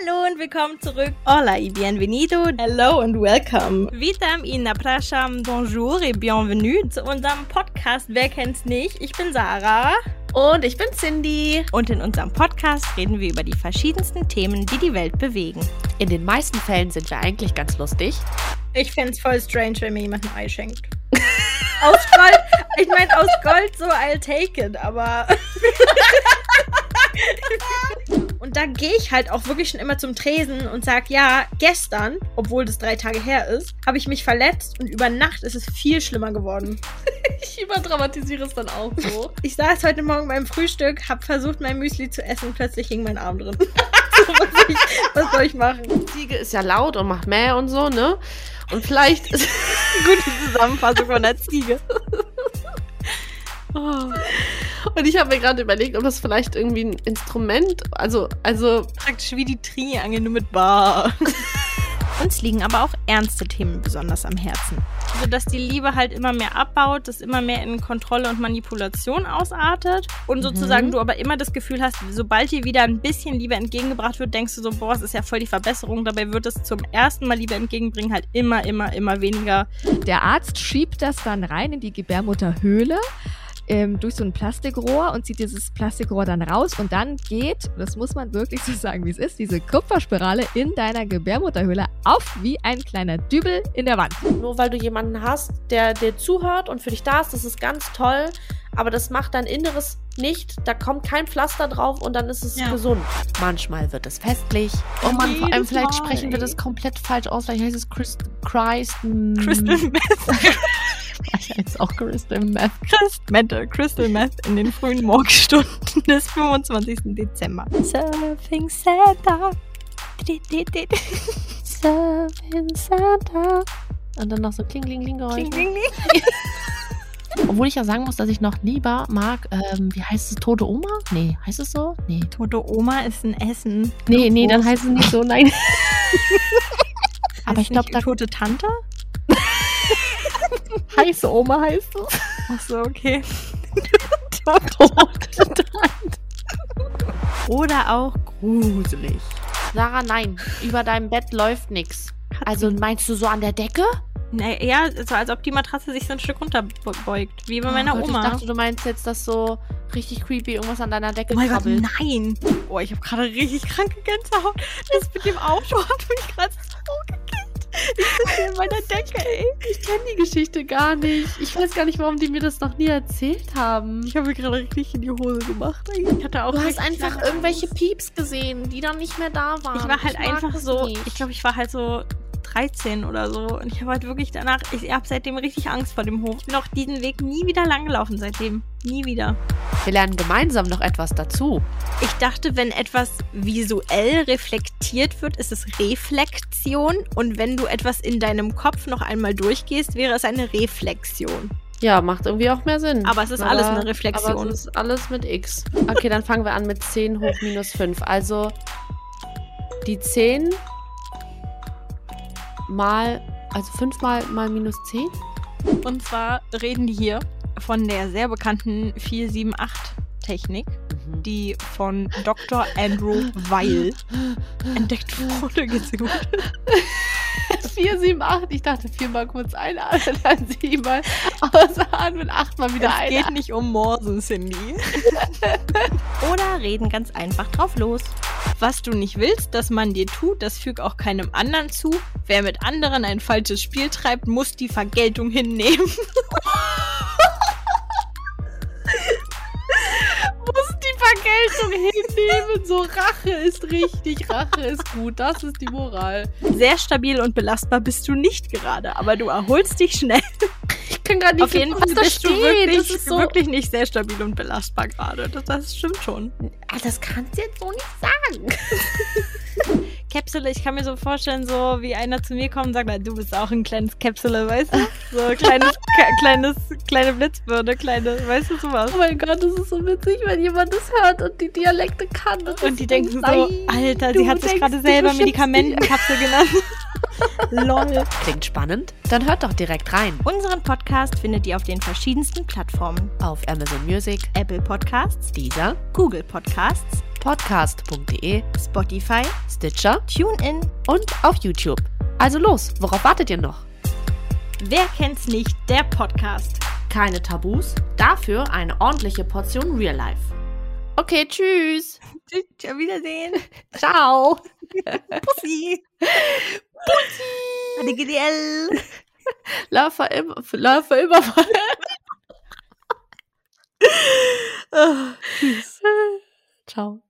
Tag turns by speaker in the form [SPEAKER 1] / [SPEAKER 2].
[SPEAKER 1] Hallo und willkommen zurück. Hola y bienvenido.
[SPEAKER 2] Hello and welcome.
[SPEAKER 1] Witam i napraszam, bonjour et bienvenue zu unserem Podcast Wer kennt's nicht? Ich bin Sarah.
[SPEAKER 2] Und ich bin Cindy.
[SPEAKER 1] Und in unserem Podcast reden wir über die verschiedensten Themen, die die Welt bewegen.
[SPEAKER 2] In den meisten Fällen sind wir eigentlich ganz lustig.
[SPEAKER 1] Ich fänd's voll strange, wenn mir jemand ein Ei schenkt. aus Gold, ich meine aus Gold so I'll take it, aber... Und da gehe ich halt auch wirklich schon immer zum Tresen und sage, ja, gestern, obwohl das drei Tage her ist, habe ich mich verletzt und über Nacht ist es viel schlimmer geworden.
[SPEAKER 2] Ich überdramatisiere es dann auch so.
[SPEAKER 1] Ich saß heute Morgen beim Frühstück, habe versucht, mein Müsli zu essen und plötzlich hing mein Arm drin. so, was, ich, was soll ich machen?
[SPEAKER 2] Ziege ist ja laut und macht Mäh und so, ne? Und vielleicht ist
[SPEAKER 1] Gute Zusammenfassung von der Ziege.
[SPEAKER 2] Oh. Und ich habe mir gerade überlegt, ob das vielleicht irgendwie ein Instrument, also, also
[SPEAKER 1] Praktisch wie die Triangel, nur mit Bar. Uns liegen aber auch ernste Themen besonders am Herzen. Also, dass die Liebe halt immer mehr abbaut, das immer mehr in Kontrolle und Manipulation ausartet und sozusagen
[SPEAKER 2] Mhm.
[SPEAKER 1] du aber immer das Gefühl hast, sobald dir wieder ein bisschen Liebe entgegengebracht wird, denkst du so, boah, es ist ja voll die Verbesserung. Dabei wird es zum ersten Mal Liebe entgegenbringen halt immer, immer, immer weniger.
[SPEAKER 3] Der Arzt schiebt das dann rein in die Gebärmutterhöhle ähm, durch so ein Plastikrohr und zieht dieses Plastikrohr dann raus und dann geht, das muss man wirklich so sagen, wie es ist, diese Kupferspirale in deiner Gebärmutterhöhle auf wie ein kleiner Dübel in der Wand.
[SPEAKER 4] Nur weil du jemanden hast, der dir zuhört und für dich da ist, das ist ganz toll. Aber das macht dein Inneres nicht. Da kommt kein Pflaster drauf und dann ist es
[SPEAKER 1] Ja.
[SPEAKER 4] gesund.
[SPEAKER 2] manchmal wird es festlich. Oh man, vor allem
[SPEAKER 1] Jedes
[SPEAKER 2] vielleicht
[SPEAKER 1] Mal,
[SPEAKER 2] sprechen wir
[SPEAKER 1] ey.
[SPEAKER 2] das komplett falsch aus. Vielleicht heißt es Christ, Christ,
[SPEAKER 1] Crystal
[SPEAKER 2] Christ
[SPEAKER 1] Meth.
[SPEAKER 2] heißt auch Crystal Meth.
[SPEAKER 1] Christ Metal, Crystal Meth in den frühen Morgenstunden des 25. Dezember. Surfing Santa. Di, di, di, di.
[SPEAKER 4] Serving Santa. Und dann noch so kling, kling, kling Geräusche.
[SPEAKER 1] Ding, ding, ding.
[SPEAKER 2] Obwohl ich ja sagen muss, dass ich noch lieber mag, ähm, wie heißt es, Tote Oma? Nee, heißt es so? Nee.
[SPEAKER 1] Tote Oma ist ein Essen.
[SPEAKER 2] Nee, nee, dann heißt es nicht so, nein.
[SPEAKER 1] Heißt
[SPEAKER 2] Aber ich glaube,
[SPEAKER 1] nicht
[SPEAKER 2] da
[SPEAKER 1] tote Tante?
[SPEAKER 2] heiße Oma heißt es.
[SPEAKER 1] Ach so, okay. Oder auch gruselig.
[SPEAKER 4] Sarah, nein. Über deinem Bett läuft nichts. Also meinst du so an der Decke?
[SPEAKER 1] Naja, so als ob die Matratze sich so ein Stück runterbeugt. Wie bei
[SPEAKER 4] Oh
[SPEAKER 1] meiner
[SPEAKER 4] Gott,
[SPEAKER 1] Oma.
[SPEAKER 4] Ich dachte, du meinst jetzt, dass so richtig creepy irgendwas an deiner Decke
[SPEAKER 1] Oh mein Gott,
[SPEAKER 4] krabbelt.
[SPEAKER 1] nein! Oh, ich habe gerade richtig kranke Gänsehaut. Das mit dem Aufschwung hat mich gerade so gekillt. Ich sitze hier in meiner Decke, ey.
[SPEAKER 4] ich kenne die Geschichte gar nicht. Ich weiß gar nicht, warum die mir das noch nie erzählt haben.
[SPEAKER 1] Ich habe mir gerade richtig in die Hose gemacht. ey. Ich hatte auch
[SPEAKER 4] Du hast
[SPEAKER 1] richtig
[SPEAKER 4] einfach
[SPEAKER 1] lange
[SPEAKER 4] irgendwelche
[SPEAKER 1] Angst.
[SPEAKER 4] Pieps gesehen, die dann nicht mehr da waren.
[SPEAKER 1] Ich war halt
[SPEAKER 4] mag
[SPEAKER 1] einfach
[SPEAKER 4] das
[SPEAKER 1] so,
[SPEAKER 4] nicht.
[SPEAKER 1] ich glaube, ich war halt so 13 oder so. Und ich habe halt wirklich danach, ich habe seitdem richtig Angst vor dem Hof. Noch diesen Weg nie wieder lang gelaufen seitdem. Nie wieder.
[SPEAKER 2] Wir lernen gemeinsam noch etwas dazu.
[SPEAKER 1] Ich dachte, wenn etwas visuell reflektiert wird, ist es Reflexion. Und wenn du etwas in deinem Kopf noch einmal durchgehst, wäre es eine Reflexion.
[SPEAKER 4] ja, macht irgendwie auch mehr Sinn.
[SPEAKER 1] Aber es ist alles eine
[SPEAKER 4] Aber
[SPEAKER 1] Reflexion.
[SPEAKER 4] es ist alles mit X. Okay, dann fangen wir an mit 10 hoch minus 5. Also die 10 mal, also 5 mal, mal minus 10?
[SPEAKER 1] Und zwar reden die hier von der sehr bekannten 478-Technik, die von Dr. Andrew Weil entdeckt wurde. Geht's dir gut?
[SPEAKER 4] 4, 7, 8. Ich dachte viermal kurz einatmen, dann siebenmal ausatmen, achtmal wieder
[SPEAKER 1] Es geht nicht um Morsen, Cindy. Oder reden ganz einfach drauf los. Was du nicht willst, dass man dir tut, das füg auch keinem anderen zu. Wer mit anderen ein falsches Spiel treibt, muss die Vergeltung hinnehmen.
[SPEAKER 4] muss die Vergeltung hinnehmen. So, Rache ist richtig, Rache ist gut. Das ist die Moral.
[SPEAKER 1] Sehr stabil und belastbar bist du nicht gerade, aber du erholst dich schnell.
[SPEAKER 4] Ich kann gar nicht
[SPEAKER 1] Auf jeden Fall bist du
[SPEAKER 4] Das
[SPEAKER 1] wirklich,
[SPEAKER 4] ist so.
[SPEAKER 1] wirklich nicht sehr stabil und belastbar gerade. Das, das stimmt schon.
[SPEAKER 4] Ah, das kannst du jetzt so nicht sagen.
[SPEAKER 1] Käpsele, ich kann mir so vorstellen, so wie einer zu mir kommt und sagt, "Na, du bist auch ein kleines Käpsele, weißt du? So kleines, ke- kleines, kleine Blitzbirne, kleine, weißt du sowas?
[SPEAKER 4] Oh mein Gott, das ist so witzig, wenn jemand das hört und die Dialekte kann. Und,
[SPEAKER 1] Und die denken so, Alter, sie
[SPEAKER 4] du
[SPEAKER 1] hat sich
[SPEAKER 4] denkst,
[SPEAKER 1] gerade
[SPEAKER 4] du
[SPEAKER 1] selber
[SPEAKER 4] beschützt dich."
[SPEAKER 1] Medikamentenkapsel genannt. Lol.
[SPEAKER 2] Klingt spannend? Dann hört doch direkt rein.
[SPEAKER 1] Unseren Podcast findet ihr auf den verschiedensten Plattformen.
[SPEAKER 2] Auf Amazon Music,
[SPEAKER 1] Apple Podcasts,
[SPEAKER 2] dieser
[SPEAKER 1] Google Podcasts,
[SPEAKER 4] podcast.de,
[SPEAKER 1] Spotify,
[SPEAKER 4] Stitcher
[SPEAKER 1] TuneIn.
[SPEAKER 4] und auf YouTube. Also los, worauf wartet ihr noch?
[SPEAKER 1] Wer kennt's nicht? Der Podcast.
[SPEAKER 5] Keine Tabus, dafür eine ordentliche Portion Real Life.
[SPEAKER 4] Okay, tschüss.
[SPEAKER 1] Tschüss, Wiedersehen.
[SPEAKER 4] Ciao.
[SPEAKER 1] Pussy. Pussy. ADGDL.
[SPEAKER 4] Love for immer. Love for immer. Ciao.